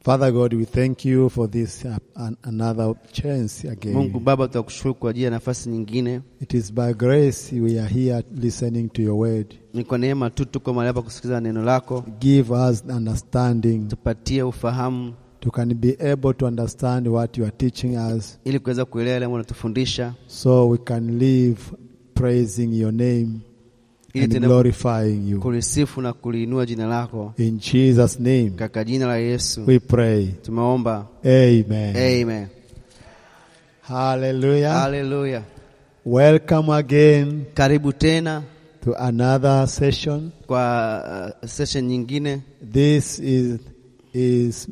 Father God, we thank you for this uh, an, another chance again. Mungu Baba, tunakushukuru kwa ajili ya nafasi nyingine. It is by grace we are here listening to your word. Ni kwa neema tu tuko mahali hapa kusikiliza neno lako, Give us understanding tupatie ufahamu to can be able to understand what you are teaching us ili kuweza kuelewa yale ambayo unatufundisha, so we can live praising your name ili and tuende glorifying you. kulisifu na kuliinua jina lako In Jesus' name katika jina la Yesu we pray. tumeomba, Amen. amen. Hallelujah. Haleluya! Welcome again Karibu tena to another session. kwa uh, session nyingine. This is is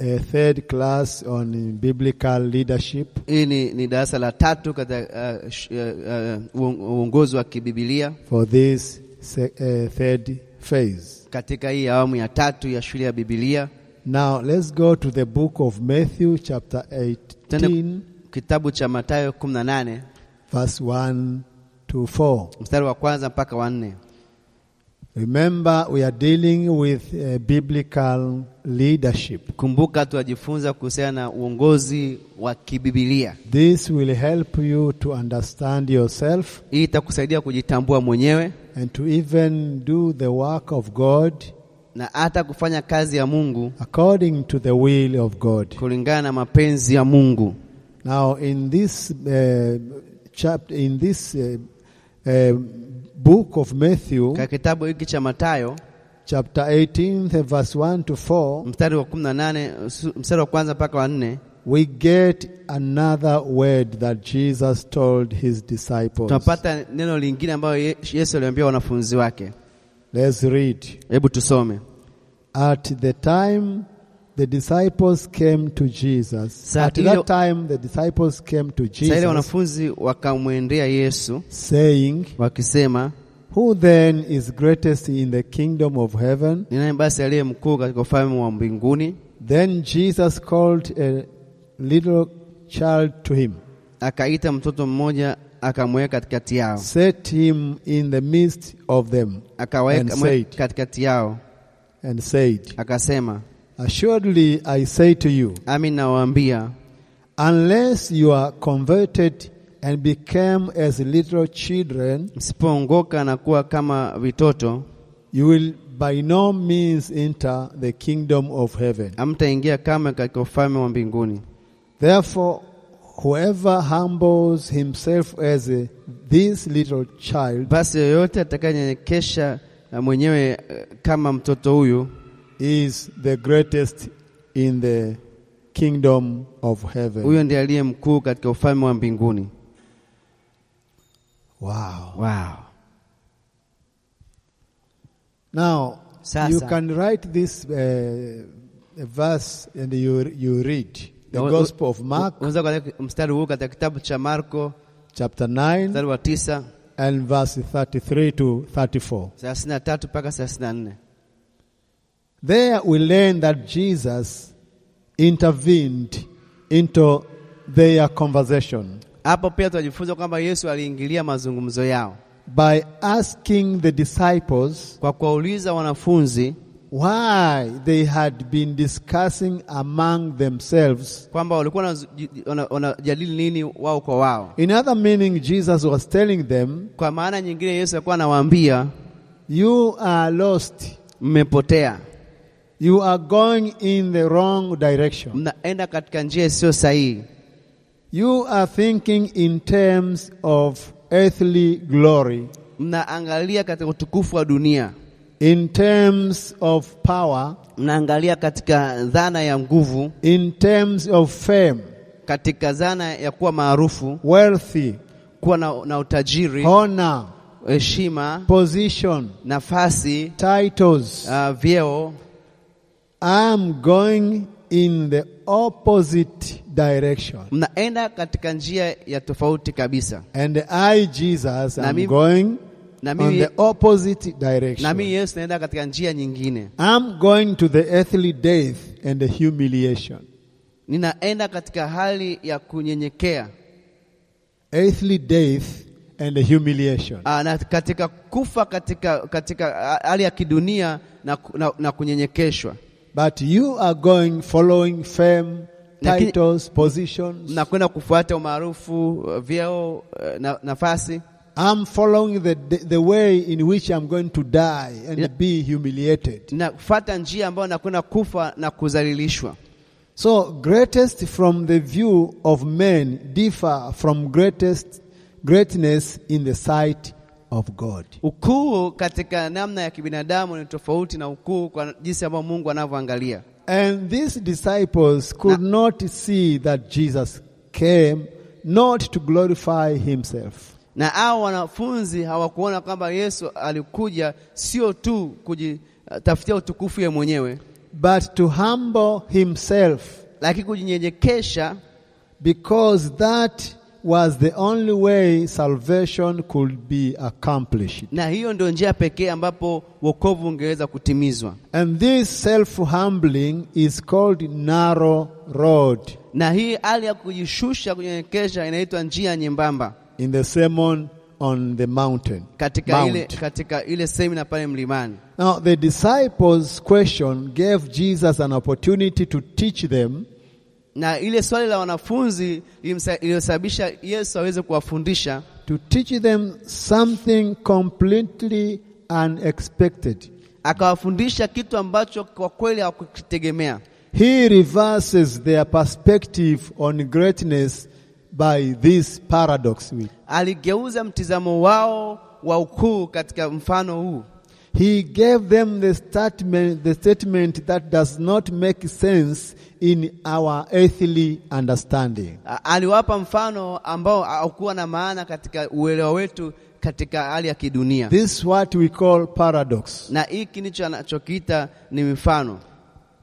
a third class on biblical leadership. Hii ni, ni darasa la tatu katika uh, sh- uh, uh, uon- uongozi wa kibibilia for this se- uh, third phase. katika hii awamu ya tatu ya shule ya Bibilia. Now let's go to the book of Matthew, chapter 18, kitabu cha Mathayo 18 verse 1 to 4. mstari wa kwanza mpaka wa nne. Remember, we are dealing with uh, biblical leadership. Kumbuka tunajifunza kuhusiana na uongozi wa kibibilia. This will help you to understand yourself Hii itakusaidia kujitambua mwenyewe and to even do the work of God na hata kufanya kazi ya Mungu according to the will of God. kulingana na mapenzi ya Mungu. Now, in this uh, chapter, in this uh, uh, book of Matthew, Katika kitabu hiki cha Mathayo chapter 18, the verse 1 to 4, mstari wa 18 su- mstari wa kwanza mpaka wa nne we get another word that Jesus told his disciples. tunapata neno lingine ambayo Ye- Yesu aliambia wanafunzi wake. Let's read. Hebu tusome. At the time the disciples came to Jesus, Saa at ile- that time the disciples came to Sasa ile Jesus, wanafunzi wakamwendea Yesu saying, wakisema, Who then is greatest in the kingdom of heaven? ni nani basi aliye mkuu katika ufalme wa mbinguni? Then Jesus called a little child to him, Akaita mtoto mmoja akamweka katikati yao, set him in the midst of them, akaweka And mwe- said. katikati yao, and said, akasema, Assuredly I say to you, amin nawaambia, unless you are converted and become as little children, msipoongoka na kuwa kama vitoto, you will by no means enter the kingdom of heaven. hamtaingia kama katika ufalme wa mbinguni. Therefore, whoever humbles himself as a, this little child Basi yoyote atakayenyenyekesha na mwenyewe eh, kama mtoto huyu, is the greatest in the kingdom of heaven. huyo ndiye aliye mkuu katika ufalme wa mbinguni. Wow. Wow. Now, Sasa. you can write this uh, verse and you, you read the Na- Gospel of Mark, Unaweza kuangalia mstari huu katika kitabu cha Marko chapter 9, mstari wa tisa and verse 33 to 34. thelathini na tatu mpaka thelathini na nne. There we learn that Jesus intervened into their conversation Hapo pia tunajifunza kwamba Yesu aliingilia mazungumzo yao by asking the disciples kwa kuwauliza wanafunzi why they had been discussing among themselves. kwamba walikuwa wanazu- wana- wanajadili nini wao kwa wao. In other meaning, Jesus was telling them, Kwa maana nyingine, Yesu alikuwa anawaambia You are lost. mmepotea, You are going in the wrong direction. mnaenda katika njia isiyo sahihi, You are thinking in terms of earthly glory, mnaangalia katika utukufu wa dunia, in terms of power, mnaangalia katika dhana ya nguvu, in terms of fame, katika dhana ya kuwa maarufu, wealthy, kuwa na, na utajiri, honor, heshima, position, nafasi, titles. uh, vyeo. I'm going in the opposite direction. Mnaenda katika njia ya tofauti kabisa. And I, Jesus, Na am mimi- going na on mimi, the opposite na mimi direction. Yesu naenda katika njia nyingine, I'm going to the earthly death and the humiliation. ninaenda katika hali ya kunyenyekea Earthly death and the humiliation. Aa, na ah, katika kufa katika, katika ah, hali ya kidunia na, ku- na, na kunyenyekeshwa. But you are going following fame, Lakini- titles, positions. mnakwenda kufuata umaarufu uh, vyeo uh, na, nafasi I'm following the, the, the way in which I'm going to die and Yeah. be humiliated. nafuata njia ambayo nakwenda kufa na kudhalilishwa So, greatest from the view of men differ from greatest greatness in the sight of God. ukuu katika namna ya kibinadamu ni tofauti na ukuu kwa jinsi ambayo mungu anavyoangalia And these disciples could not see that Jesus came not to glorify himself, na hao wanafunzi hawakuona kwamba yesu alikuja sio tu kujitafutia utukufu ye mwenyewe but to humble himself lakini kujinyenyekesha because that was the only way salvation could be accomplished. na hiyo ndio njia pekee ambapo wokovu ungeweza kutimizwa And this self humbling is called narrow road. na hii hali ya kujishusha kunyenyekesha inaitwa njia nyembamba in the sermon on the mountain. katika ile, Mount. katika ile semina pale mlimani Now, the disciples' question gave Jesus an opportunity to teach them na ile swali la wanafunzi ilimsa- iliyosababisha Yesu aweze kuwafundisha to teach them something completely unexpected. akawafundisha kitu ambacho kwa kweli hawakukitegemea. He reverses their perspective on greatness by this paradox. Aligeuza mtizamo wao wa ukuu katika mfano huu. He gave them the statement, the statement that does not make sense in our earthly understanding. A- Aliwapa mfano ambao haukuwa na maana katika uelewa wetu katika hali ya kidunia, This is what we call paradox. na hiki ndicho anachokiita ni mifano.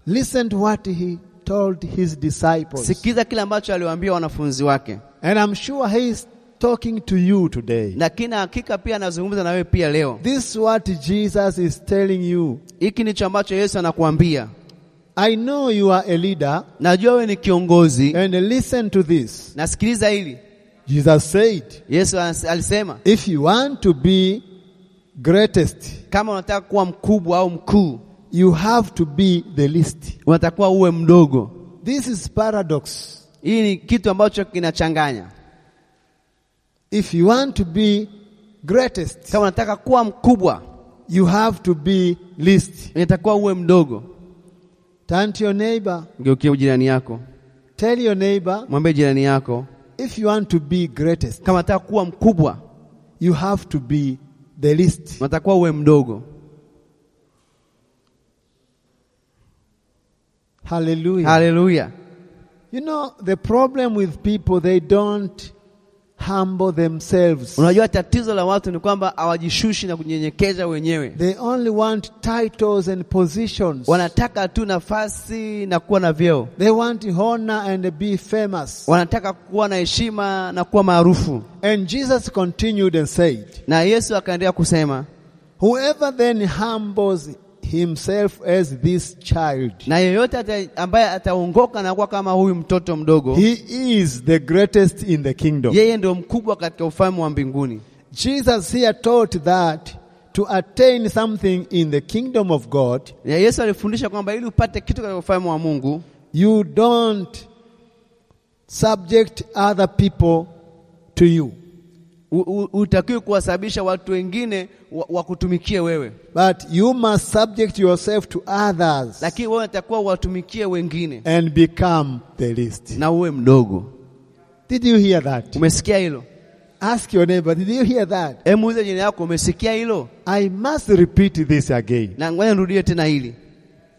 Listen to what he told his disciples. Sikiza kile ambacho aliwaambia wanafunzi wake, And I'm sure he is talking to you today. lakini hakika pia anazungumza na wewe pia leo. This is what Jesus is telling you. Hiki ndicho ambacho Yesu anakuambia. I know you are a leader, Najua wewe ni kiongozi and listen to this. nasikiliza hili. Jesus said, Yesu anas- alisema If you want to be greatest, kama unataka kuwa mkubwa au mkuu, you have to be the least. unatakiwa uwe mdogo. This is paradox. Hii ni kitu ambacho kinachanganya. If you want to be greatest, Kama unataka kuwa mkubwa, you have to be least. unatakiwa uwe mdogo. Turn to your neighbor, Mgeukie jirani yako, tell your neighbor, mwambie jirani yako, If you want to be greatest, kama unataka kuwa mkubwa, you have to be the least. unatakiwa uwe mdogo. Hallelujah. Haleluya! you know, the problem with people, they don't humble themselves. Unajua, tatizo la watu ni kwamba hawajishushi na kunyenyekeza wenyewe, They only want titles and positions. wanataka tu nafasi na kuwa na vyeo, They want honor and be famous. wanataka kuwa na heshima na kuwa maarufu. And Jesus continued and said, Na Yesu akaendelea kusema, Whoever then humbles himself as this child, na yeyote ata, ambaye ataongoka na kuwa kama huyu mtoto mdogo, he is the greatest in the kingdom. yeye ndio mkubwa katika ufalme wa mbinguni. Jesus here taught that to attain something in the kingdom of God, Na Yesu alifundisha kwamba ili upate kitu katika ufalme wa Mungu, you don't subject other people to you, u- u- hutakiwi kuwasababisha watu wengine wa- wakutumikie wewe, but you must subject yourself to others lakini wewe unatakiwa watumikie wengine and become the least. na uwe mdogo. Did you hear that? Umesikia hilo? Ask your neighbor, did you hear that? Hebu ulize jirani yako, umesikia hilo? I must repeat this again. Na ngoja nirudie tena hili.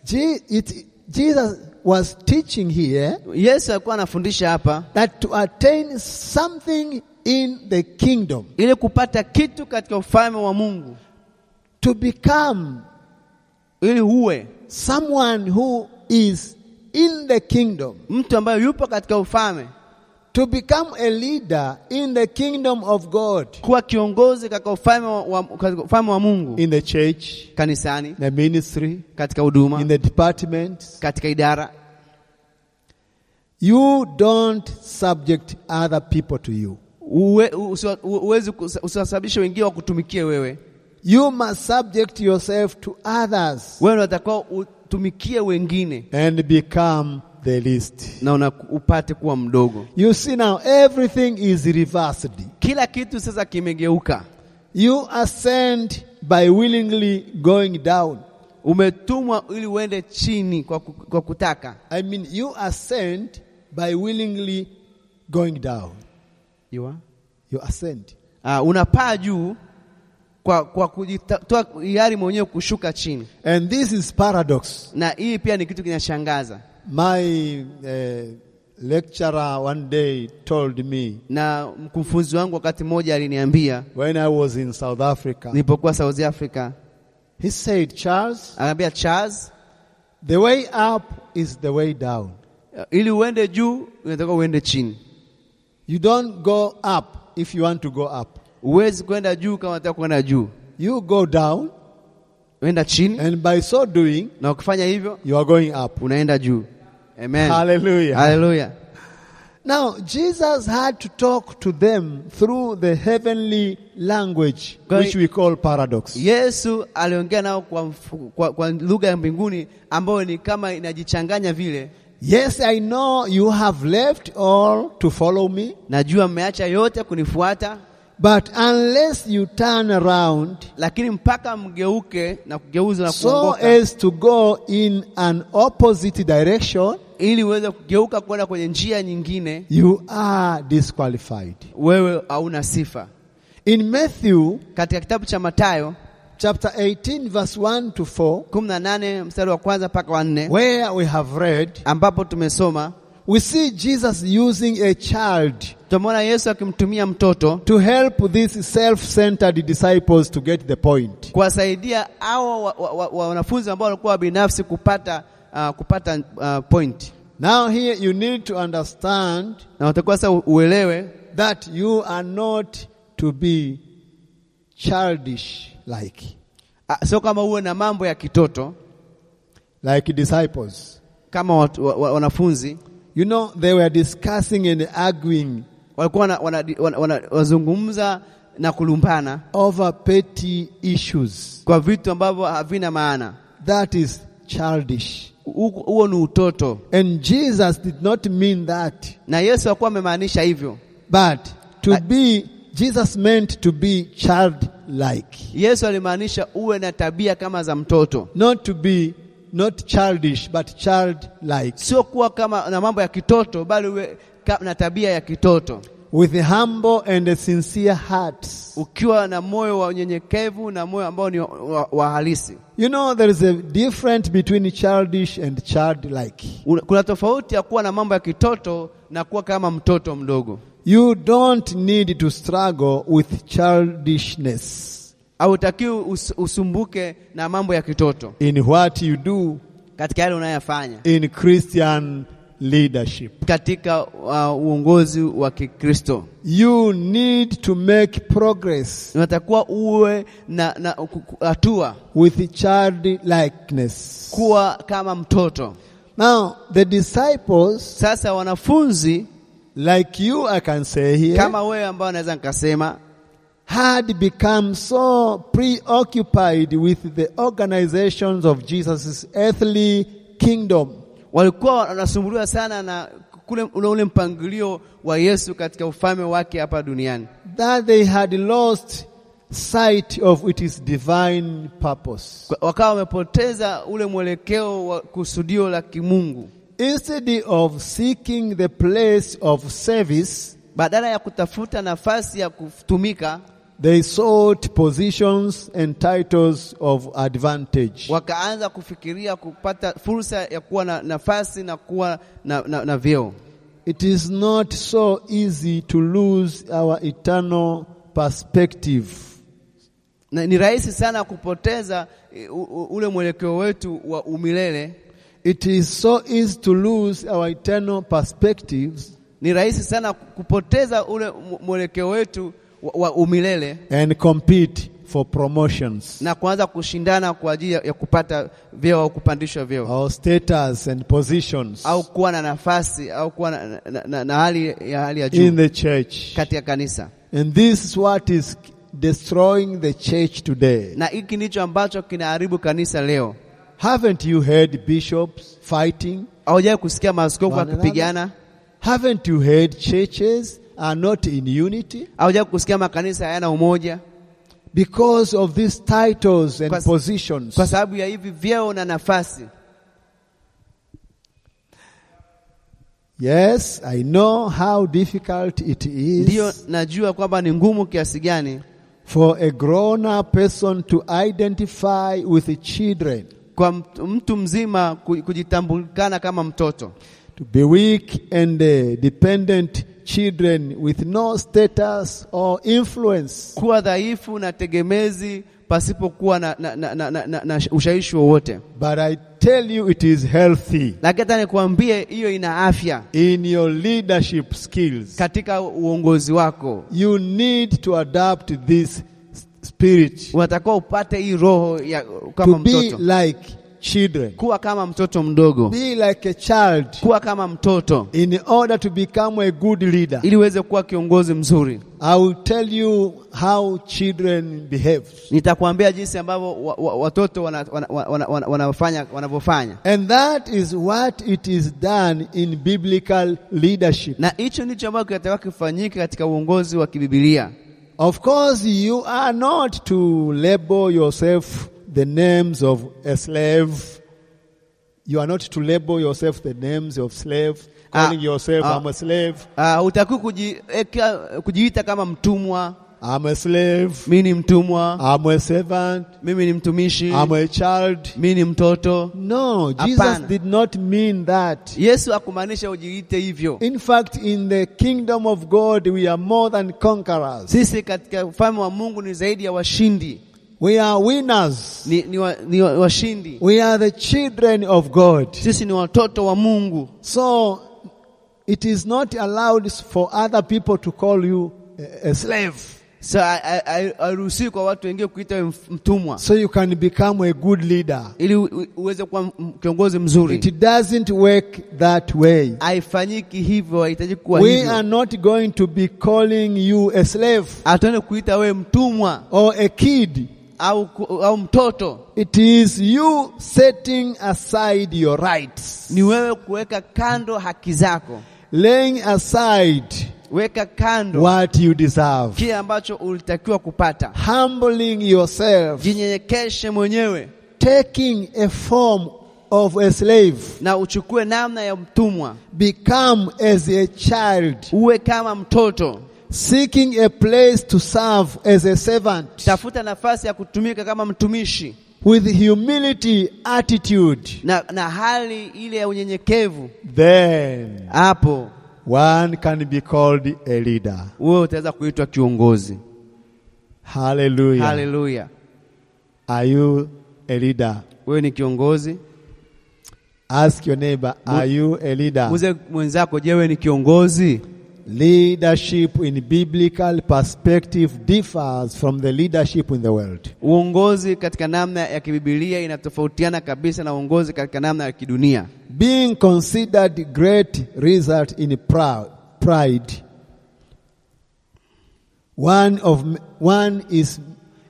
Je- it- Jesus was teaching here Yesu alikuwa anafundisha hapa, that to attain something in the kingdom, ili kupata kitu katika ufalme wa Mungu, to become ili uwe someone who is in the kingdom, mtu ambaye yupo katika ufalme to become a leader in the kingdom of God, kuwa kiongozi katika ufalme wa, wa, katika ufalme wa Mungu in the church, kanisani, the ministry, katika huduma, in the departments. katika idara. You don't subject other people to you. Uwe, usiwa- u- uwezi kusa- usiwasababishe wengine wakutumikie wewe. You must subject yourself to others Wewe ndio utakuwa utumikie wengine and become the least. na una, upate kuwa mdogo. You see now, everything is reversed. Kila kitu sasa kimegeuka. You ascend by willingly going down. Umetumwa ili uende chini kwa, ku- kwa kutaka. I mean, you ascend by willingly going down. You are? You ascend. Uh, unapaa juu kwa, kwa kujitoa hiari mwenyewe kushuka chini, And this is paradox. na hii pia ni kitu kinashangaza. My uh, lecturer one day told me Na mkufunzi wangu wakati mmoja aliniambia when I was in South Africa, nilipokuwa South Africa, he said, Charles, anaambia Charles, the way up is the way down. ili uende juu unatakiwa uende chini. You don't go up if you want to go up. Huwezi kwenda juu kama unataka kwenda juu, You go down, uenda chini, and by so doing, na ukifanya hivyo you are going up. unaenda juu. Amen. Hallelujah. Hallelujah. Now, Jesus had to talk to them through the heavenly language, Kwa- which we call paradox. Yesu aliongea nao kwa, mfu- kwa, kwa lugha ya mbinguni ambayo ni kama inajichanganya vile. Yes, I know you have left all to follow me, Najua mmeacha yote kunifuata, but unless you turn around lakini mpaka mgeuke na kugeuza na so kuongoka as to go in an opposite direction, ili uweze kugeuka kwenda kwenye njia nyingine, you are disqualified. wewe hauna sifa. In Matthew Katika kitabu cha Mathayo chapter 18, verse 1 to 4, 18 mstari wa kwanza mpaka wa nne where we have read, ambapo tumesoma we see Jesus using a child tumemwona Yesu akimtumia mtoto to help these self-centered disciples to get the point. kuwasaidia hao wa- wa- wa- wa- wanafunzi ambao walikuwa binafsi kupata uh, kupata uh, point Now here you need to understand na watakuwa sasa u- uelewe that you are not to be childish like uh, sio kama uwe na mambo ya kitoto like disciples. kama watu, wa, wa, wanafunzi You know they were discussing and arguing walikuwa wana, wana, wana, wana, wazungumza na kulumbana over petty issues. kwa vitu ambavyo havina maana. That is childish. Huko- Huo ni utoto, And Jesus did not mean that. na Yesu hakuwa amemaanisha hivyo. But to I- be Jesus meant to be childlike. Yesu alimaanisha uwe na tabia kama za mtoto, Not to be not childish but childlike. sio kuwa kama na mambo ya kitoto, bali uwe ka, na tabia ya kitoto with a humble and a sincere hearts. ukiwa na moyo wa unyenyekevu na moyo ambao ni wa, wa, wa halisi. You know, there is a difference between childish and childlike. Una- Kuna tofauti ya kuwa na mambo ya kitoto na kuwa kama mtoto mdogo. You don't need to struggle with childishness Hautakiwi us, usumbuke na mambo ya kitoto in what you do katika yale unayoyafanya. in Christian leadership. katika uh, uongozi wa Kikristo. You need to make progress Unatakiwa uwe na, na ku- ku- hatua with childlikeness. kuwa kama mtoto. Now, the disciples, Sasa wanafunzi like you, I can say here, kama wewe ambao naweza nikasema had become so preoccupied with the organizations of Jesus' earthly kingdom walikuwa wanasumbuliwa sana na kule ule, ule mpangilio wa Yesu katika ufalme wake hapa duniani that they had lost sight of its divine purpose. Kwa- wakawa wamepoteza ule mwelekeo wa kusudio la kimungu. Instead of seeking the place of service, Badala ya kutafuta nafasi ya kutumika, they sought positions and titles of advantage. wakaanza kufikiria kupata fursa ya kuwa na nafasi na kuwa na, na, na vyeo. It is not so easy to lose our eternal perspective. Na, ni rahisi sana kupoteza eh, u, u, ule mwelekeo wetu wa umilele. It is so easy to lose our eternal perspectives Ni rahisi sana kupoteza ule mu- mwelekeo wetu wa, wa umilele and compete for promotions na kuanza kushindana kwa ajili ya, ya kupata vyeo au kupandishwa vyeo our status and positions au kuwa na nafasi au kuwa na, na, na, na, na hali ya hali ya in juu the church. katika kanisa, And this is what is destroying the church today. na hiki ndicho ambacho kinaharibu kanisa leo. Haven't you heard bishops fighting? Haujawahi kusikia maaskofu Bwana wakipigana? Haven't you heard churches are not in unity? Haujawahi kusikia makanisa hayana umoja Because of these titles and Kwa- positions. kwa sababu ya hivi vyeo na nafasi? Yes, I know how difficult it Ndiyo is najua kwamba ni ngumu kiasi gani for a grown up person to identify with the children, kwa mt- mtu mzima ku- kujitambulikana kama mtoto, to be weak and uh, dependent children with no status or influence. kuwa dhaifu na tegemezi pasipokuwa na, na, na, na, na, na, na ushawishi wowote. But I tell you, it is healthy Lakini hata nikwambie, hiyo ina afya in your leadership skills. katika uongozi wako. You need to adapt this s- spirit Unatakiwa upate hii roho ya kama to be mtoto, like children, kuwa kama mtoto mdogo, be like a child kuwa kama mtoto in order to become a good leader. ili uweze kuwa kiongozi mzuri. I will tell you how children behave. Nitakuambia jinsi ambavyo wa, wa, watoto wana, wana, wana, wana, wanafanya wanavyofanya, And that is what it is done in biblical leadership. na hicho ndicho ambacho kinatakiwa kifanyike katika uongozi wa kibibilia. Of course, you are not to label yourself the names of a slave. You are not to label yourself the names of slave, calling Ah, yourself, ah. I'm a slave, Uh, utakiwa kujiweka- kujiita kama mtumwa, I'm a slave, mimi ni mtumwa, I'm a servant, mimi ni mtumishi, I'm a child. mimi ni mtoto. No, Jesus Hapana. did not mean that. Yesu akumaanisha ujiite hivyo. In fact, in the kingdom of God, we are more than conquerors. Sisi katika ufalme wa Mungu ni zaidi ya washindi, We are winners. ni, ni, wa, ni wa, washindi. We are the children of God. Sisi ni watoto wa Mungu, So it is not allowed for other people to call you a a slave. so hairuhusiwi kwa watu wengine kuita wewe mf- mtumwa, So you can become a good leader. ili u- u- uweze kuwa m- kiongozi mzuri. It doesn't work that way. Haifanyiki hivyo, hahitaji kuwa We are hivyo. not going to be calling you a slave Hatuende kuita wewe mtumwa or a kid. au, ku- au mtoto It is you setting aside your rights, ni wewe kuweka kando haki zako, laying aside weka kando what you deserve. kile ambacho ulitakiwa kupata. humbling yourself, Jinyenyekeshe mwenyewe taking a form of a slave, na uchukue namna ya mtumwa, become as a child, uwe kama mtoto, seeking a place to serve as a servant tafuta nafasi ya kutumika kama mtumishi with humility attitude. na, na hali ile ya unyenyekevu. Then Hapo one can be called a leader. wewe utaweza kuitwa kiongozi. Hallelujah. Haleluya! Are you a leader? Wewe ni kiongozi. Ask your neighbor, are you a leader? Muze mwenzako, je, wewe ni kiongozi? Leadership in biblical perspective differs from the leadership in the world. Uongozi katika namna ya kibibilia inatofautiana kabisa na uongozi katika namna ya kidunia. being considered great result in prou- pride. One of m- one is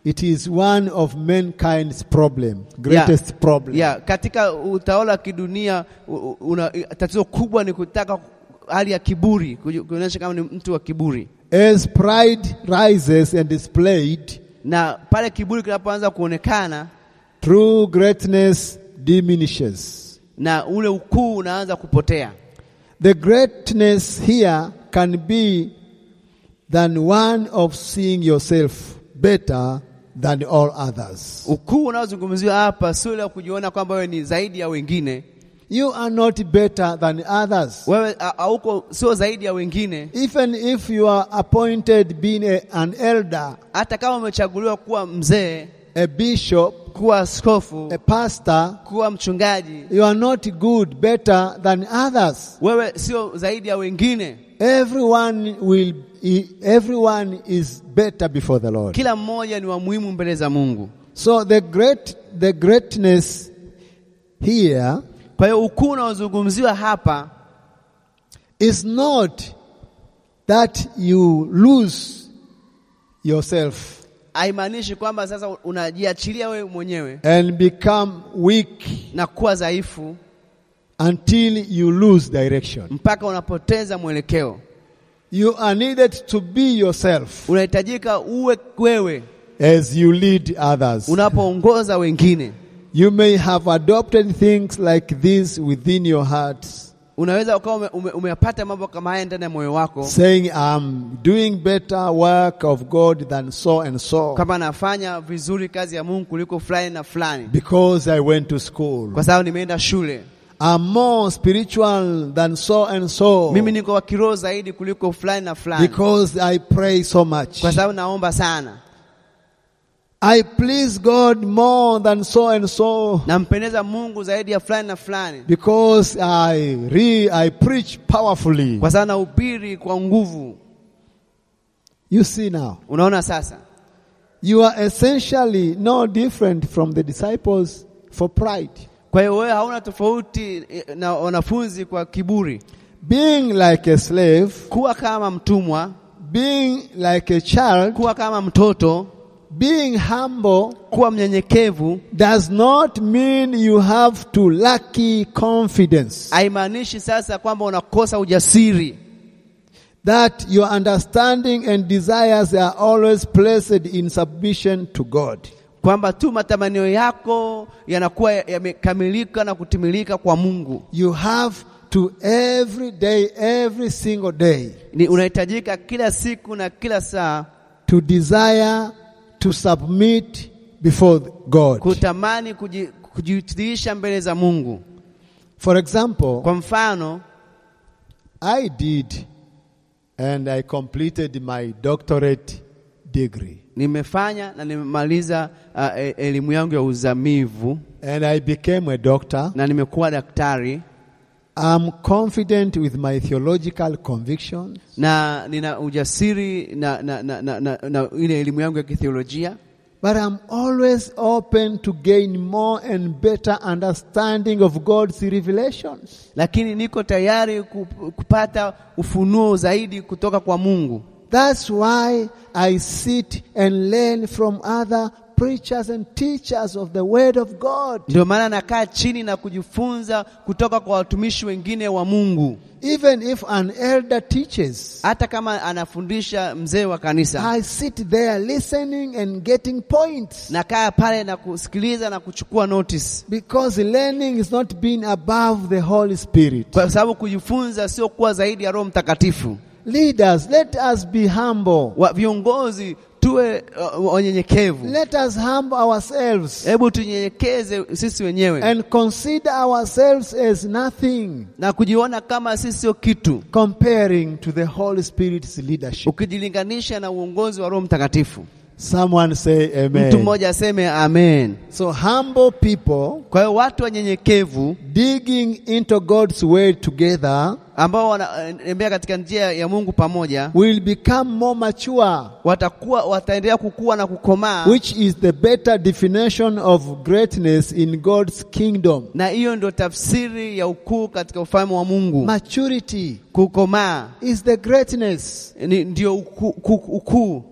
it is one of mankind's problem, greatest Yeah. problem. Yeah, katika utawala wa kidunia u- u- una, tatizo kubwa ni kutaka hali ya kiburi, kuji- kuonyesha kama ni mtu wa kiburi, As pride rises and displayed, na pale kiburi kinapoanza kuonekana true greatness diminishes. na ule ukuu unaanza kupotea. The greatness here can be than one of seeing yourself better than all others. Ukuu unaozungumziwa hapa sio ile ya kujiona kwamba wewe ni zaidi ya wengine, You are not better than others. wewe ha- hauko sio zaidi ya wengine. Even if you are appointed being a, an elder, Hata kama umechaguliwa kuwa mzee, a bishop, kuwa askofu, a pastor, kuwa mchungaji, you are not good, better than others. wewe sio zaidi ya wengine. Everyone will, i- everyone is better before the Lord. Kila mmoja ni wa muhimu mbele za Mungu. So the great, the greatness here Kwa hiyo ukuu unaozungumziwa hapa is not that you lose yourself. haimaanishi kwamba sasa unajiachilia wewe mwenyewe and become weak na kuwa dhaifu until you lose direction. mpaka unapoteza mwelekeo. You are needed to be yourself Unahitajika uwe wewe as you lead others. unapoongoza wengine. You may have adopted things like this within your heart, Unaweza ukawa ume, ume, umeyapata mambo kama haya ndani ya moyo wako, saying, I'm doing better work of God than so and so kama nafanya vizuri kazi ya Mungu kuliko fulani na fulani, because I went to school. kwa sababu nimeenda shule. I'm more spiritual than so and so Mimi niko wa kiroho zaidi kuliko fulani na fulani, because I pray so much. kwa sababu naomba sana, I please God more than so and so nampendeza Mungu zaidi ya fulani na fulani, because I re I preach powerfully. kwa sababu nahubiri kwa nguvu. You see now, Unaona sasa, you are essentially no different from the disciples for pride. kwa hiyo wewe hauna tofauti eh, na wanafunzi kwa kiburi, Being like a slave, kuwa kama mtumwa, being like a child, kuwa kama mtoto, being humble kuwa mnyenyekevu does not mean you have to lack confidence. haimaanishi sasa kwamba unakosa ujasiri, That your understanding and desires are always placed in submission to God. kwamba tu matamanio yako yanakuwa yamekamilika na kutimilika kwa Mungu. You have to every day, every single day, Ni unahitajika kila siku na kila saa to desire to submit before God. kutamani kuji- kujitiisha mbele za Mungu. For example, Kwa mfano, I did and I completed my doctorate degree nimefanya na nimemaliza uh, e- elimu yangu ya uzamivu and I became a doctor. na nimekuwa daktari I'm confident with my theological convictions. na nina ujasiri na, na, na, na, na, na ile elimu yangu ya kithiolojia But I'm always open to gain more and better understanding of God's revelations. lakini niko tayari ku- kupata ufunuo zaidi kutoka kwa Mungu. That's why I sit and learn from other preachers and teachers of the Word of God. Ndio maana nakaa chini na kujifunza kutoka kwa watumishi wengine wa Mungu, Even if an elder teaches, hata kama anafundisha mzee wa kanisa. I sit there listening and getting points Nakaa pale na kusikiliza na kuchukua notice, because learning is not being above the Holy Spirit. kwa sababu kujifunza sio kuwa zaidi ya Roho Mtakatifu. Leaders, let us be humble. Wa viongozi tuwe uh, wanyenyekevu, Let us humble ourselves hebu tunyenyekeze sisi wenyewe and consider ourselves as nothing na kujiona kama sisi sio kitu, comparing to the Holy Spirit's leadership. ukijilinganisha na uongozi wa Roho Mtakatifu. Someone say Mtu amen. mmoja aseme amen. So humble people Kwa hiyo watu wanyenyekevu digging into God's word together ambao wanatembea katika njia ya Mungu pamoja will become more mature, watakuwa wataendelea kukua na kukomaa, which is the better definition of greatness in God's kingdom. na hiyo ndio tafsiri ya ukuu katika ufalme wa Mungu. Maturity Kukomaa is the greatness. ni ndio uku- ku- ukuu.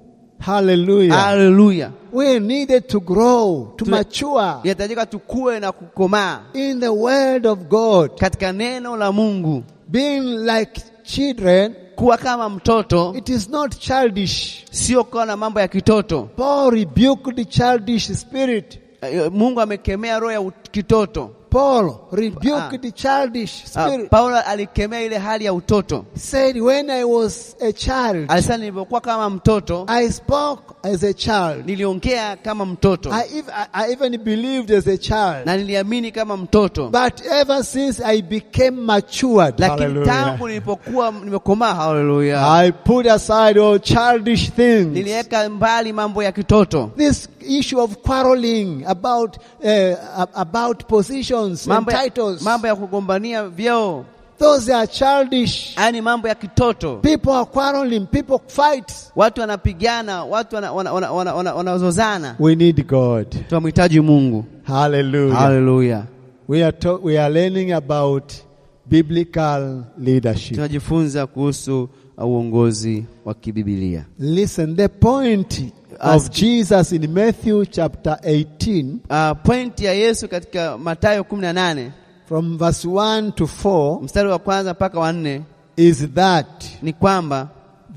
Hallelujah. Haleluya! We needed to grow, to Tuna- mature Inahitajika tukue na kukomaa in the word of God. katika neno la Mungu, Being like children, kuwa kama mtoto, it is not childish. sio kuwa na mambo ya kitoto. Paul rebuked the childish spirit. Eh, Mungu amekemea roho ya ut- kitoto. Paul rebuked Ah. the childish Ah, spirit. Paulo alikemea ile hali ya utoto. said, When I was a child, Alisema nilipokuwa kama mtoto I spoke as a child. niliongea kama mtoto I, ev- I- I even believed as a child. na niliamini kama mtoto, But ever since I became matured, lakini tangu hallelujah, nilipokuwa nimekomaa, haleluya, I put aside all childish things. niliweka mbali mambo ya kitoto, This issue of quarreling about uh, a- about positions and mambo ya, titles, mambo ya kugombania vyeo, those are childish. yaani mambo ya kitoto. People are quarreling. People fight. Watu wanapigana, watu wanazozana, wana, wana, wana, wana, wanazozana. We need God. tunamhitaji Mungu. Hallelujah. Haleluya, We are to- we are learning about biblical leadership. tunajifunza kuhusu uongozi wa uh, kibibilia. Listen, the point of Jesus in Matthew chapter 18 uh, point ya Yesu katika Mathayo 18 from verse 1 to 4 mstari wa kwanza mpaka wa nne is that ni kwamba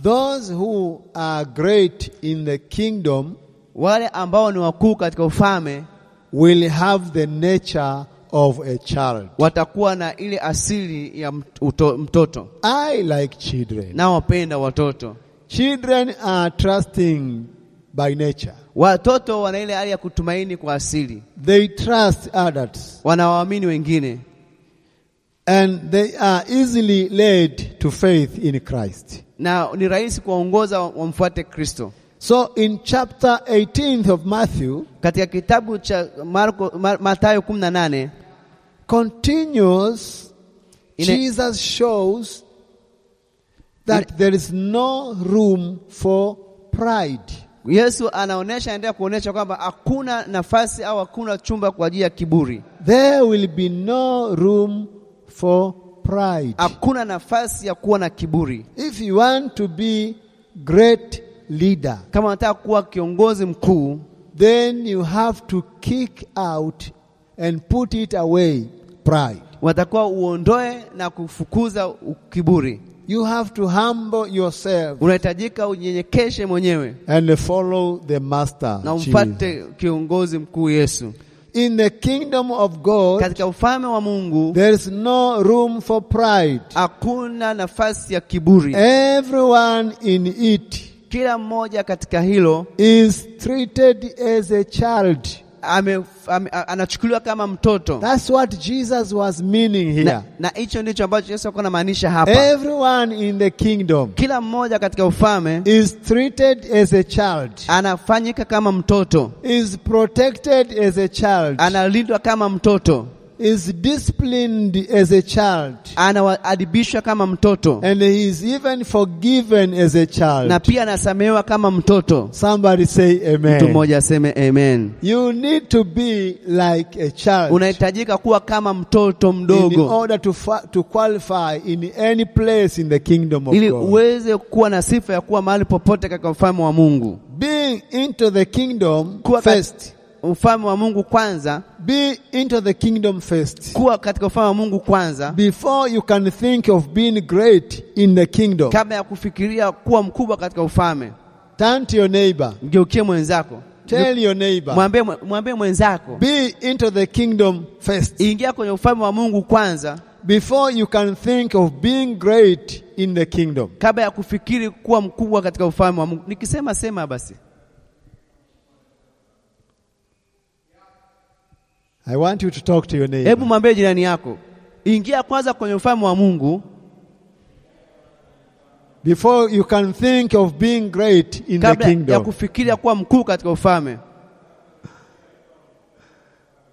those who are great in the kingdom wale ambao ni wakuu katika ufalme will have the nature of a child. watakuwa na ile asili ya mt- uto- mtoto, I like children. nao wapenda watoto. Children are trusting by nature. Watoto wana ile hali ya kutumaini kwa asili, They trust adults wanawaamini wengine and they are easily led to faith in Christ. na ni rahisi kuwaongoza wa- wamfuate Kristo. So in chapter 18 of Matthew Katika kitabu cha Marko, Mar, Mathayo 18 continues In a- Jesus shows that there is no room for pride. Yesu anaonesha, anaendelea kuonesha kwamba hakuna nafasi au hakuna chumba kwa ajili ya kiburi, There will be no room for pride. hakuna nafasi ya kuwa na kiburi. If you want to be great leader, Kama unataka kuwa kiongozi mkuu, then you have to kick out and put it away pride. watakuwa uondoe na kufukuza u- kiburi. You have to humble yourself unahitajika unyenyekeshe mwenyewe and follow the master. na Jesus. umfate kiongozi mkuu Yesu. In the kingdom of God, Katika ufalme wa Mungu there is no room for pride. hakuna nafasi ya kiburi. Eh. Everyone in it Kila mmoja katika hilo is treated as a child. ame, ame, a- anachukuliwa kama mtoto That's what Jesus was meaning na, here. na hicho ndicho ambacho Yesu alikuwa anamaanisha Eh. hapa. Everyone in the kingdom Kila mmoja katika ufalme is treated as a child, anafanyika kama mtoto, is protected as a child, analindwa kama mtoto, is disciplined as a child, anaadibishwa kama mtoto, and he is even forgiven as a na child. pia anasamehewa kama mtoto. Somebody say Mtu amen. mmoja aseme amen. You need to be like a child unahitajika kuwa kama mtoto in mdogo order to, fa- to qualify in any place in the kingdom of ili God. uweze kuwa na sifa ya kuwa mahali popote katika ufalme wa Mungu. Being into the kingdom Kuwa kat- first. ufalme wa Mungu kwanza, Be into the kingdom first. kuwa katika ufalme wa Mungu kwanza, Before you can think of being great in the kingdom, kabla ya kufikiria kuwa mkubwa katika ufalme. turn to your neighbor. Mgeukie mwenzako, Tell your neighbor. mwambie mwe- mwambie mwenzako, Be into the kingdom first. ingia kwenye ufalme wa Mungu kwanza, Before you can think of being great in the kingdom. kabla ya kufikiri kuwa mkubwa katika ufalme wa Mungu. Nikisema sema basi, I want you to talk to your hebu neighbor. mwambie jirani yako, ingia kwanza kwenye ufalme wa Mungu Before you can think of being great in the kabla ya kingdom. kufikiria kuwa mkuu katika ufalme.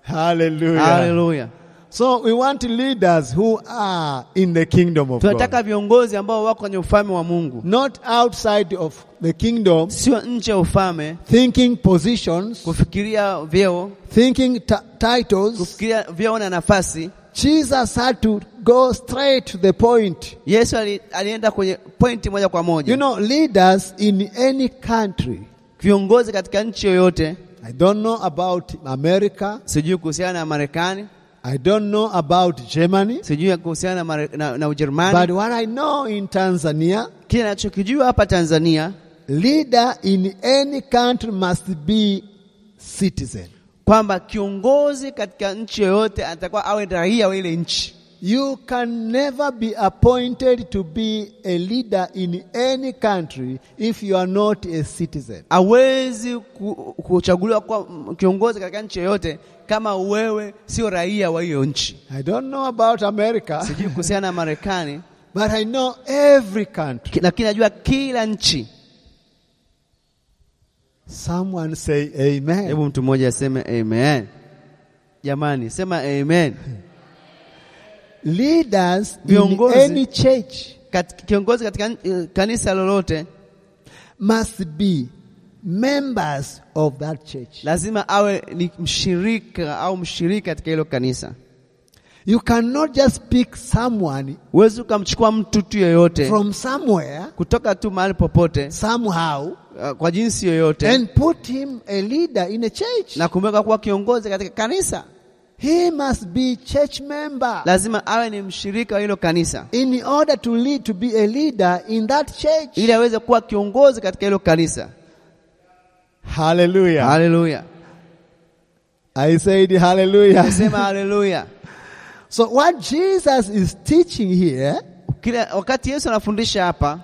Hallelujah. Haleluya! So we want leaders who are in the kingdom of God. Tunataka viongozi ambao wako kwenye ufalme wa Mungu, Not outside of the kingdom, sio nje ya ufalme, thinking positions, kufikiria vyeo, thinking t- titles. kufikiria vyeo na nafasi. Jesus had to go straight to the point. Yesu ali, alienda kwenye pointi moja kwa moja. You know, leaders in any country, viongozi katika nchi yoyote, I don't know about America, sijui kuhusiana na Marekani, I don't know about Germany, sijui kuhusiana na, Mare- na, na but Ujerumani. what I know in Tanzania, Kile nachokijua hapa Tanzania leader in any country must be citizen. kwamba kiongozi katika nchi yoyote atakuwa awe raia wa ile nchi. You can never be appointed to be a leader in any country if you are not a citizen. Hawezi ku- kuchaguliwa kuwa mm, kiongozi katika nchi yoyote kama wewe sio raia wa hiyo nchi. I don't know about America, sijui kuhusiana na Marekani, but I know every country. ki- lakini najua kila nchi. Someone say amen. Hebu mtu mmoja aseme amen. Jamani, sema amen. Leaders in Viongozi. any church Kat, kiongozi katika n- kanisa lolote must be members of that church. lazima awe ni mshirika au mshiriki katika hilo kanisa. You cannot just pick someone huwezi ukamchukua mtu tu yoyote from somewhere, kutoka tu mahali popote somehow, uh, kwa jinsi yoyote and put him a leader in a church. na kumweka kuwa kiongozi katika kanisa. He must be church member Lazima awe ni mshirika wa hilo kanisa in order to lead to be a leader in that church. ili aweze kuwa kiongozi katika hilo kanisa. Hallelujah. Haleluya, I said hallelujah. sema haleluya. so what Jesus is teaching here, Kila wakati Yesu anafundisha hapa,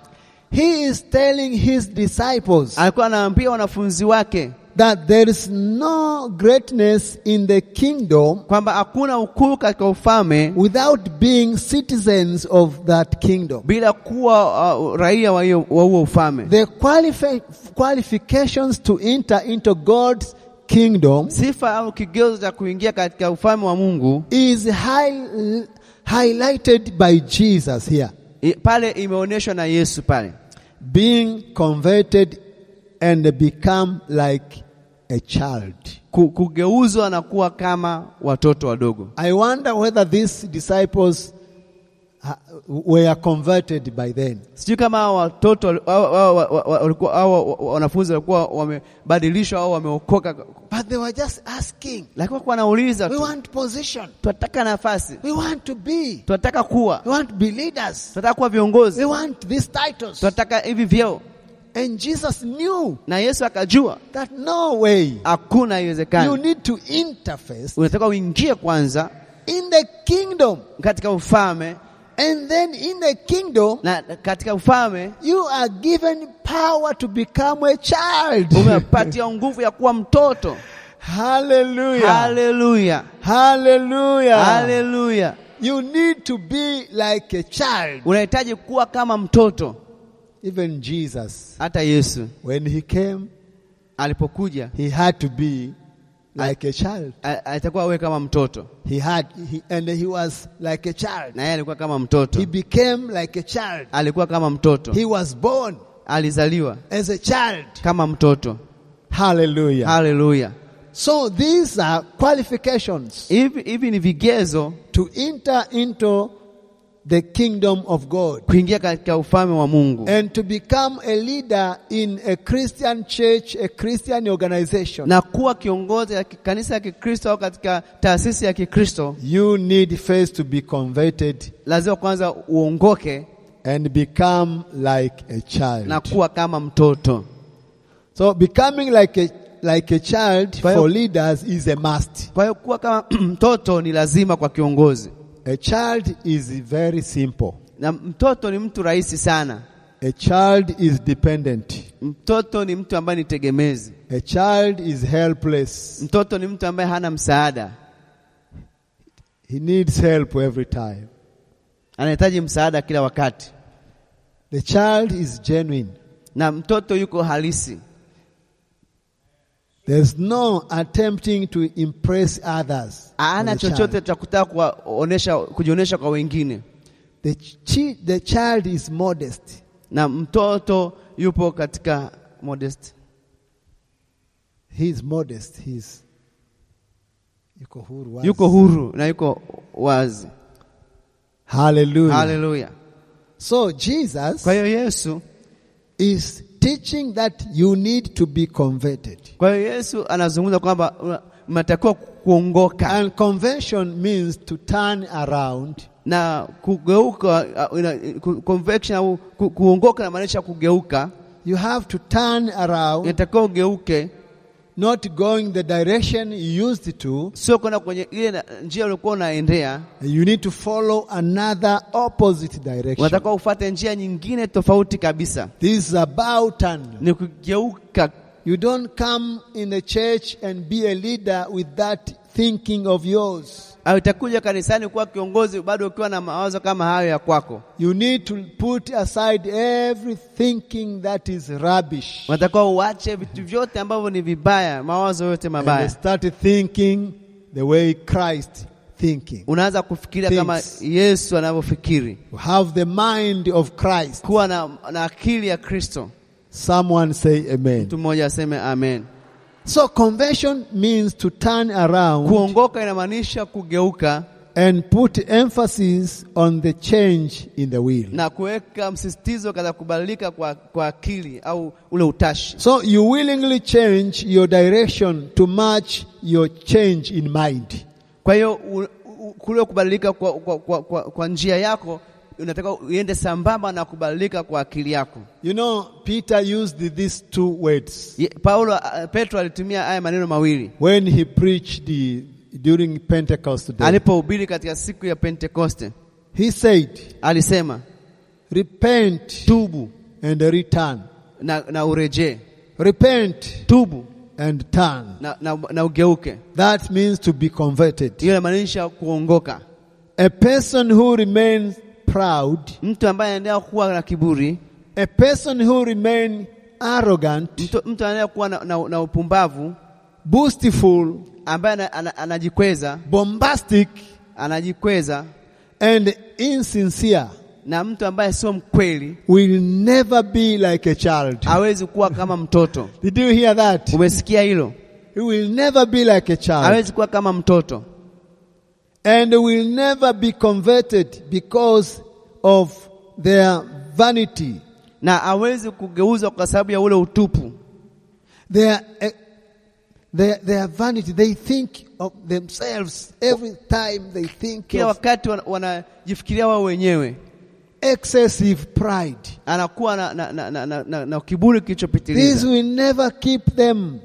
he is telling his disciples alikuwa anaambia wanafunzi wake that there is no greatness in the kingdom kwamba hakuna ukuu katika ufalme without being citizens of that kingdom. bila kuwa uh, raia wa hiyo- wa huo ufalme. The qualifi- qualifications to enter into God's kingdom Sifa au kigezo cha kuingia katika ufalme wa Mungu is high, highlighted by Jesus here. i- pale imeonyeshwa na Yesu pale, Being converted and become like a child. Ku- kugeuzwa na kuwa kama watoto wadogo. I wonder whether these disciples uh, were converted by then. Sijui kama hao watoto wali- hao- hao- wa- wa- walikuwa hao wa- wa- wanafunzi walikuwa wamebadilishwa au wameokoka, But they were just asking. lakini walikuwa wanauliza We tu, want position. tunataka nafasi, We want to be. tunataka kuwa, We want to be leaders. tunataka kuwa We viongozi, want these titles. tunataka hivi vyeo. And Jesus knew Na Yesu akajua that no way. hakuna You iwezekani, need to interface unataka uingie kwanza in the kingdom. katika ufalme And then in the kingdom, na katika ufalme you are given power to become a child. umepatia nguvu ya kuwa mtoto. Hallelujah. Haleluya, Hallelujah. haleluya! You need to be like a child. Unahitaji kuwa kama mtoto. Even Jesus, Hata Yesu when he came, alipokuja he had to be like a child. a- alitakuwa awe kama mtoto, He had, he, and he was like a child. na yeye alikuwa kama He mtoto, became like a child. alikuwa kama mtoto, He was born alizaliwa as a child. kama mtoto. Hallelujah. Haleluya! So these are qualifications Hivi hivi ni vigezo to enter into the kingdom of God kuingia katika ufalme wa Mungu and to become a leader in a Christian church, a Christian organization. na kuwa kiongozi ya ki- kanisa ya Kikristo au katika taasisi ya Kikristo, You need first to be converted lazima kwanza uongoke and become like a na child. kuwa kama mtoto. So becoming like a like a child Kwa hiyo- for leaders is a must. Kwa hiyo kuwa kama mtoto ni lazima kwa kiongozi, A child is very simple. na mtoto ni mtu rahisi sana. A child is dependent. Mtoto ni mtu ambaye ni tegemezi. A child is helpless. Mtoto ni mtu ambaye hana msaada, He needs help every time. anahitaji msaada kila wakati, The child is genuine. na mtoto yuko halisi. There's no attempting to impress others. Hana with the chochote child. cha kutaka kuwaonesha, kujionyesha kwa wengine, The, chi- the child is modest. na mtoto yupo katika modest. He is modest. He's yuko huru wazi. Yuko huru na yuko wazi. Hallelujah. Haleluya! So Jesus Kwa hiyo Yesu, is teaching that you need to be converted. kwa hiyo Yesu anazungumza kwamba una- mnatakiwa kuongoka And conversion means to turn around na kugeuka uh, ina- ku- convection au ku- kuongoka namaanisha kugeuka You have to turn around, inatakiwa ugeuke not going the direction you used to. sio kwenda kwenye ile na- njia uliokuwa unaendea You need to follow another opposite direction. unatakiwa ufuate njia nyingine tofauti kabisa This is about turn. ni kugeuka You don't come in the church and be a leader with that thinking of yours. au itakuja kanisani kuwa kiongozi bado ukiwa na mawazo kama hayo ya kwako You need to put aside every thinking that is rubbish unatakiwa uache vitu vyote ambavyo ni vibaya mawazo yote and mabaya start thinking the way Christ thinking. unaanza kufikiria kama Things. Yesu anavyofikiri Have the mind of Christ. kuwa na, na akili ya Kristo Someone say amen. mtu mmoja aseme amen So conversion means to turn around Kuongoka inamaanisha kugeuka and put emphasis on the change in the will. na kuweka msisitizo katika kubadilika kwa, kwa akili au ule utashi. So you willingly change your direction to match your change in mind. Kwa hiyo u- u- kule kubadilika kwa, kwa, kwa, kwa, kwa njia yako unataka uende sambamba na kubadilika kwa akili yako. You know, Peter used these two words Ye- Paulo uh, Petro alitumia haya maneno mawili when he preached the, during Pentecost day. alipohubiri katika siku ya Pentekoste, He said, alisema Repent tubu and return. na, na urejee, Repent tubu and turn. na, na, na ugeuke. That means to be converted. Hiyo inamaanisha kuongoka. A person who remains proud, Mtu ambaye anaendelea kuwa na kiburi, a person who remains arrogant, mtu, mtu anaendelea kuwa na, na, na upumbavu boastful, ambaye ana- ana- anajikweza bombastic, anajikweza and insincere na mtu ambaye sio mkweli will never be like a child. hawezi kuwa kama mtoto. Did you hear that? Umesikia hilo? He will never be like a child Hawezi kuwa kama mtoto and will never be converted because of their vanity, na hawezi kugeuzwa kwa sababu ya ule utupu, their, eh, their, their vanity. They think of themselves every time they think kila of wakati wana- wanajifikiria wao wenyewe, excessive pride. anakuwa na, na, na, na, na, na, na kiburi This kilichopitiliza. will never keep them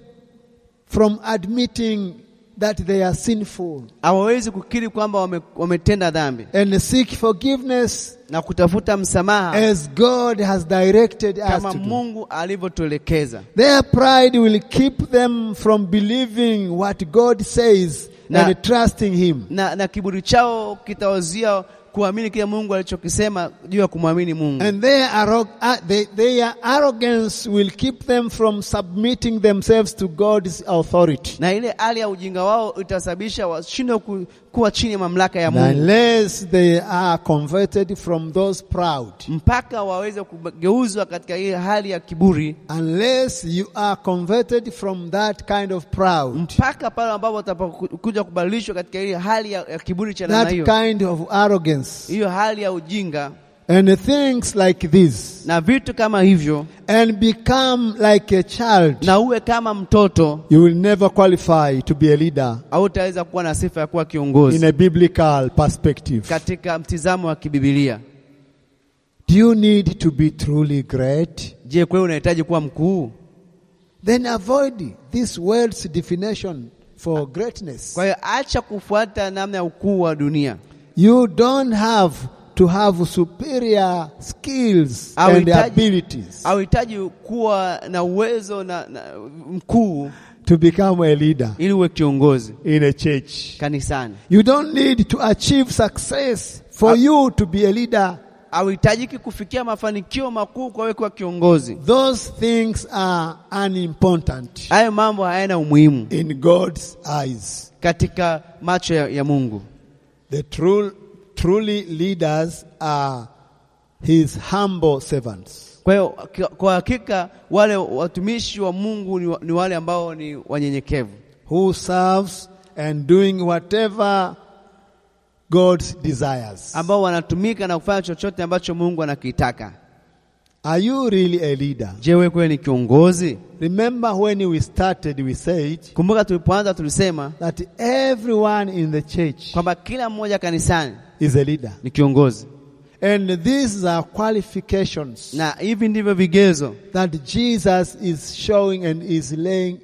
from admitting that they are sinful Hawawezi kukiri kwamba wame, wametenda dhambi and seek forgiveness na kutafuta msamaha as God has directed us Ah. kama to do. Mungu alivyotuelekeza, Their pride will keep them from believing what God says Na- Mm. and trusting Him. na, na kiburi chao kitawazuia kuamini kile Mungu alichokisema juu ya kumwamini Mungu. And their, arro- uh, they, their arrogance will keep them from submitting themselves to God's authority. na ile hali ya ujinga wao itasababisha washindwe ku, kuwa chini ya mamlaka ya And Mungu unless they are converted from those proud, mpaka waweze kugeuzwa katika ile hali ya kiburi, unless you are converted from that kind of proud, mpaka pale ambapo watapokuja kubadilishwa katika ile hali ya, ya kiburi cha namna that hiyo, kind of arrogance, hiyo hali ya ujinga and things like this, na vitu kama hivyo, and become like a child. na uwe kama mtoto, You will never qualify to be a leader hautaweza kuwa na sifa ya kuwa in kiongozi a biblical perspective. katika mtizamo wa kibibilia. Do you need to be truly great? Je, kweli unahitaji kuwa mkuu? Then avoid this world's definition for greatness. Kwa hiyo acha kufuata namna ya ukuu wa dunia. You don't have to have superior skills and Hauhitaji- abilities hauhitaji kuwa na uwezo na, na mkuu to become a leader ili uwe kiongozi in a church. kanisani. You don't need to achieve success for you to be a leader. Hauhitajiki kufikia mafanikio makuu kwa wewe kuwa kiongozi. Those things are unimportant Hayo mambo hayana umuhimu in God's eyes. katika macho ya, ya Mungu. The true, truly leaders are his humble servants. Kwa hiyo ki- kwa hakika wale watumishi wa Mungu ni, wa- ni wale ambao ni wanyenyekevu Who serves and doing whatever God desires. ambao wanatumika na kufanya chochote ambacho Mungu anakitaka. Are you really a leader? Je, wewe kweli ni kiongozi? Remember when we started, we said Kumbuka tulipoanza tulisema that everyone in the church kwamba kila mmoja kanisani is a leader. ni kiongozi, And these are qualifications na hivi ndivyo vigezo that Jesus is showing and is laying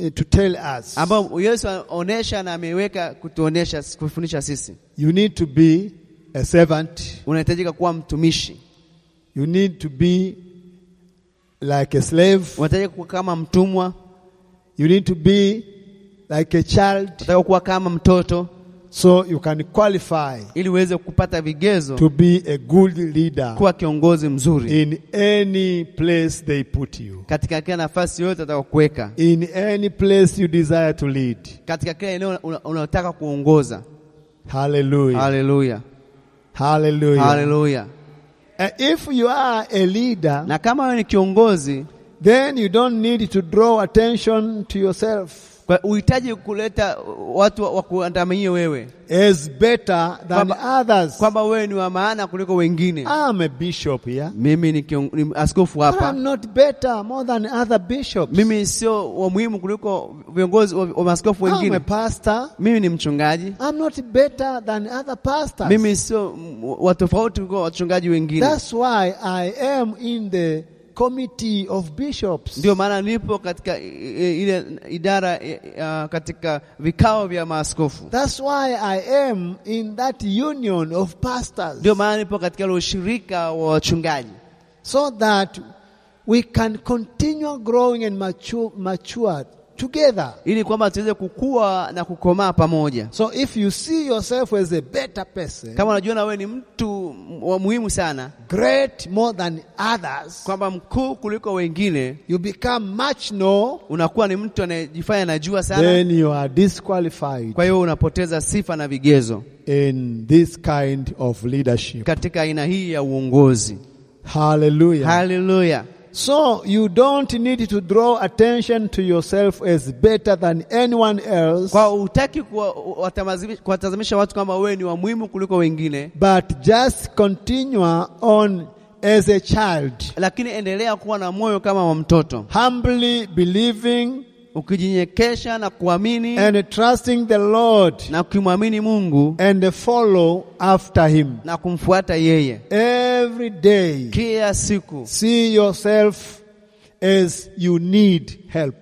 uh, to tell us. ambao Yesu anaonesha na ameweka kutuonesha kufundisha sisi. You need to be a servant. Unahitajika kuwa mtumishi, You need to be like a slave. unahitajika kuwa kama mtumwa, You need to be like a child unataka kuwa kama mtoto, so you can qualify ili uweze kupata vigezo to be a good leader kuwa kiongozi mzuri in any place they put you, katika kila nafasi yote atakayokuweka, in any place you desire to lead. katika kila eneo una- unalotaka kuongoza. Hallelujah. Haleluya, Hallelujah. haleluya! And if you are a leader, Na kama wewe ni kiongozi, then you don't need to draw attention to yourself. Kwa uhitaji kuleta watu wa- wa kuandamanie wewe, is better than Kwamba- others. kwamba wewe ni wa maana kuliko wengine. I'm a bishop here, Mimi ni, kion, ni askofu but hapa, I'm not better more than other bishops. mimi sio wa muhimu kuliko viongozi wa, wa maaskofu I'm a wengine. pastor. Mimi ni mchungaji, I'm not better than other pastors. mimi sio mm, wa tofauti kuliko wachungaji wengine. That's why I am in the committee of bishops. Ndio maana nipo katika i- i- ile idara i- ya- katika vikao vya maaskofu, That's why I am in that union of pastors. ndio maana nipo katika ile ushirika wa wachungaji, So that we can continue growing and mature, mature together. ili kwamba tuweze kukua na kukomaa pamoja. So if you see yourself as a better person, Kama unajiona wewe ni mtu wa muhimu sana, great more than others, kwamba mkuu kuliko wengine, you become much no, unakuwa ni mtu anayejifanya najua sana, then you are disqualified kwa hiyo unapoteza sifa na vigezo in this kind of leadership. katika aina hii ya uongozi. Hallelujah. Haleluya! So you don't need to draw attention to yourself as better than anyone else, Kwa hutaki kuwa- watamazi- kuwatazamisha watu kama wewe ni wa muhimu kuliko wengine, but just continue on as a child, lakini endelea kuwa na moyo kama wa mtoto, humbly believing ukijinyekesha na kuamini and trusting the Lord na kumwamini Mungu and follow after Him. na kumfuata yeye Every day, kila siku. see yourself as you need help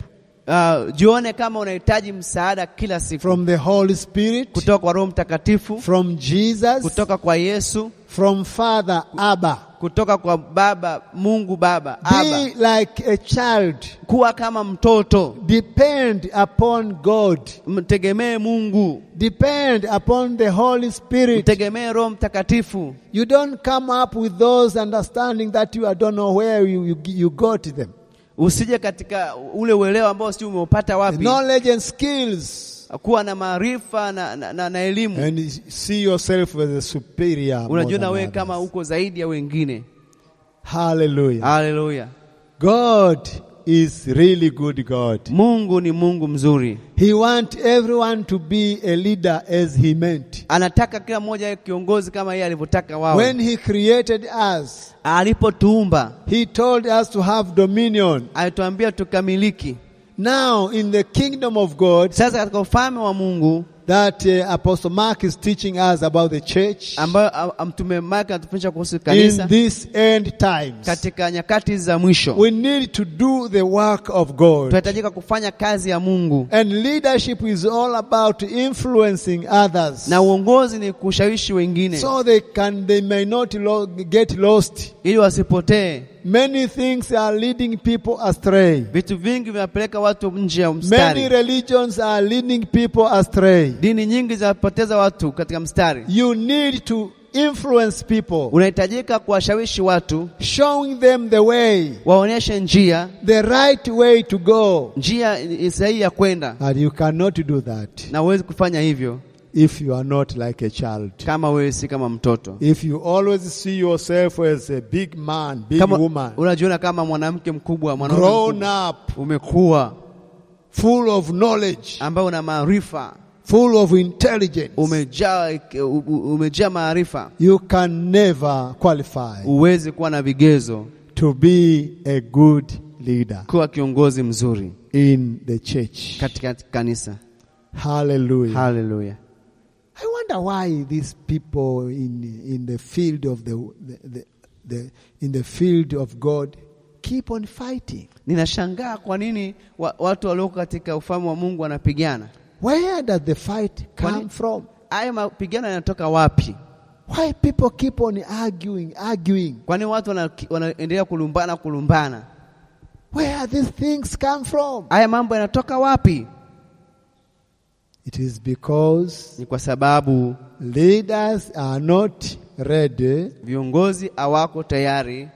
Uh, jione kama unahitaji msaada kila siku from the Holy Spirit, kutoka kwa Roho Mtakatifu, from Jesus, kutoka kwa Yesu, from Father Abba. kutoka kwa Baba Mungu Baba Aba. Be like a child. Kuwa kama mtoto, Depend upon God. mtegemee Mungu, Depend upon the Holy Spirit. mtegemee Roho Mtakatifu. You don't come up with those understanding that you I don't know where you, you, you got them. Usije katika ule uelewa ambao sijui umeupata wapi. Knowledge and skills. kuwa na maarifa na, na, na, na elimu And see yourself as a superior. more unajiona than wewe kama others. uko zaidi ya wengine. Hallelujah. Haleluya! God is really good God. Mungu ni Mungu mzuri, He wants everyone to be a leader as he meant. anataka kila mmoja awe kiongozi kama yeye alivyotaka wao. When he created us, Alipotuumba he told us to have dominion. alituambia tukamiliki. Now in the kingdom of God, Sasa katika ufalme wa Mungu that uh, Apostle Mark is teaching us about the church ambayo a- a- mtume Mark anatufundisha kuhusu in kanisa these end times. katika nyakati za mwisho, We need to do the work of God. tunahitajika kufanya kazi ya Mungu, And leadership is all about influencing others na uongozi ni kushawishi wengine so they can they may not lo- get lost. ili wasipotee. Many things are leading people astray. Vitu vingi vinapeleka watu nje ya mstari. Many religions are leading people astray. Dini nyingi zinapoteza watu katika mstari. You need to influence people, Unahitajika kuwashawishi watu showing them the way, waoneshe njia, the right way to go. njia i- sahihi ya kwenda, And you cannot do that na huwezi kufanya hivyo if you are not like a child. kama wewe si kama mtoto, If you always see yourself as a big man, big kama woman, unajiona kama mwanamke mkubwa, mwanaume grown mkubwa, up, umekuwa full of knowledge, ambaye una maarifa, full of intelligence, umejaa ik- u- u- umejaa maarifa, you can never qualify huwezi kuwa na vigezo to be a good leader kuwa kiongozi mzuri in the church. katika kanisa. Hallelujah. Haleluya! I wonder why these people in in the field of the, the, the, the in the field of God keep on fighting. Ninashangaa kwa nini wa, watu walioko katika ufalme wa Mungu wanapigana. Where does the fight Why- come from? Haya mapigano yanatoka wapi? Why people keep on arguing, arguing? Kwani watu wana- wanaendelea kulumbana kulumbana? Where these things come from? Haya mambo yanatoka wapi? It is because Ni kwa sababu leaders are not ready viongozi hawako tayari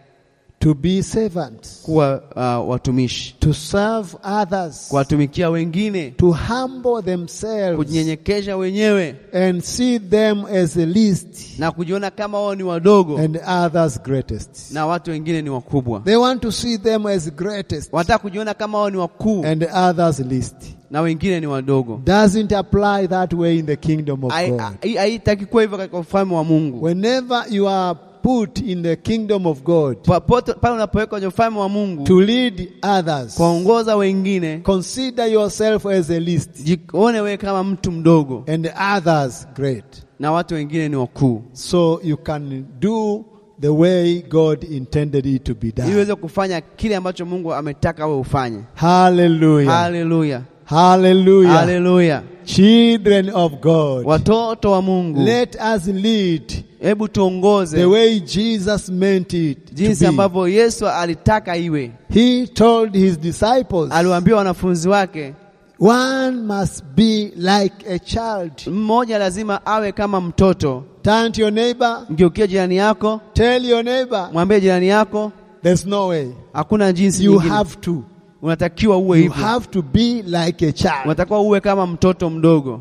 to be servants, kuwa uh, watumishi, to serve others, kuwatumikia wengine, to humble themselves kujinyenyekesha wenyewe and see them as the least na kujiona kama wao ni wadogo and others greatest. na watu wengine ni wakubwa. They want to see them as greatest Eh. Wanataka kujiona kama wao ni wakuu and others least. na wengine ni wadogo. doesn't apply that way in the kingdom of Hai- God. hai- Haitaki kuwa hivyo katika ufalme wa Mungu. Whenever you are put in the kingdom of God Popote pale unapowekwa kwenye ufalme wa Mungu to lead others, kuongoza wengine, consider yourself as a least jione wewe kama mtu mdogo and others great. na watu wengine ni wakuu, So you can do the way God intended it to be ili done. uweze kufanya kile ambacho Mungu ametaka wewe ufanye. Hallelujah. Haleluya, Hallelujah. haleluya! Children of God, Watoto wa Mungu, let us lead hebu the tuongoze way Jesus meant it jinsi to be. ambavyo Yesu alitaka iwe. He told his disciples, Aliwaambia wanafunzi wake, one must be like a child. mmoja lazima awe kama mtoto. Turn to your neighbor, Mgeukie jirani yako, tell your neighbor, mwambie jirani yako, there's no way. hakuna jinsi You nyingine. have to. Unatakiwa uwe You hivyo, have to be like a child. unatakiwa uwe kama mtoto mdogo.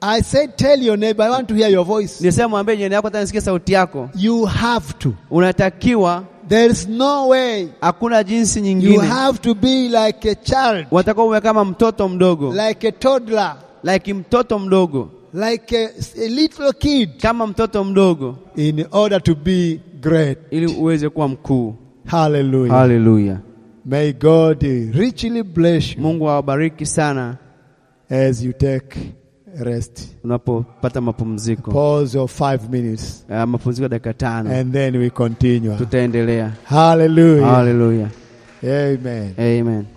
I said, tell your neighbor, I want to hear your voice. Nilisema mwambie jirani yako, hata nisikie sauti yako. You have to. Unatakiwa, There's no way. hakuna jinsi You nyingine. have to be like a child, Unatakiwa uwe kama mtoto mdogo, like a toddler, like mtoto mdogo, like a, a little kid, kama mtoto mdogo, in order to be great. ili uweze kuwa mkuu. Hallelujah. Haleluya! May God richly bless you Mungu awabariki sana as you take rest. unapopata mapumziko, Pause your five minutes Ah, mapumziko ya dakika tano, and then we continue. tutaendelea. Eh. Hallelujah. Haleluya, Amen. amen.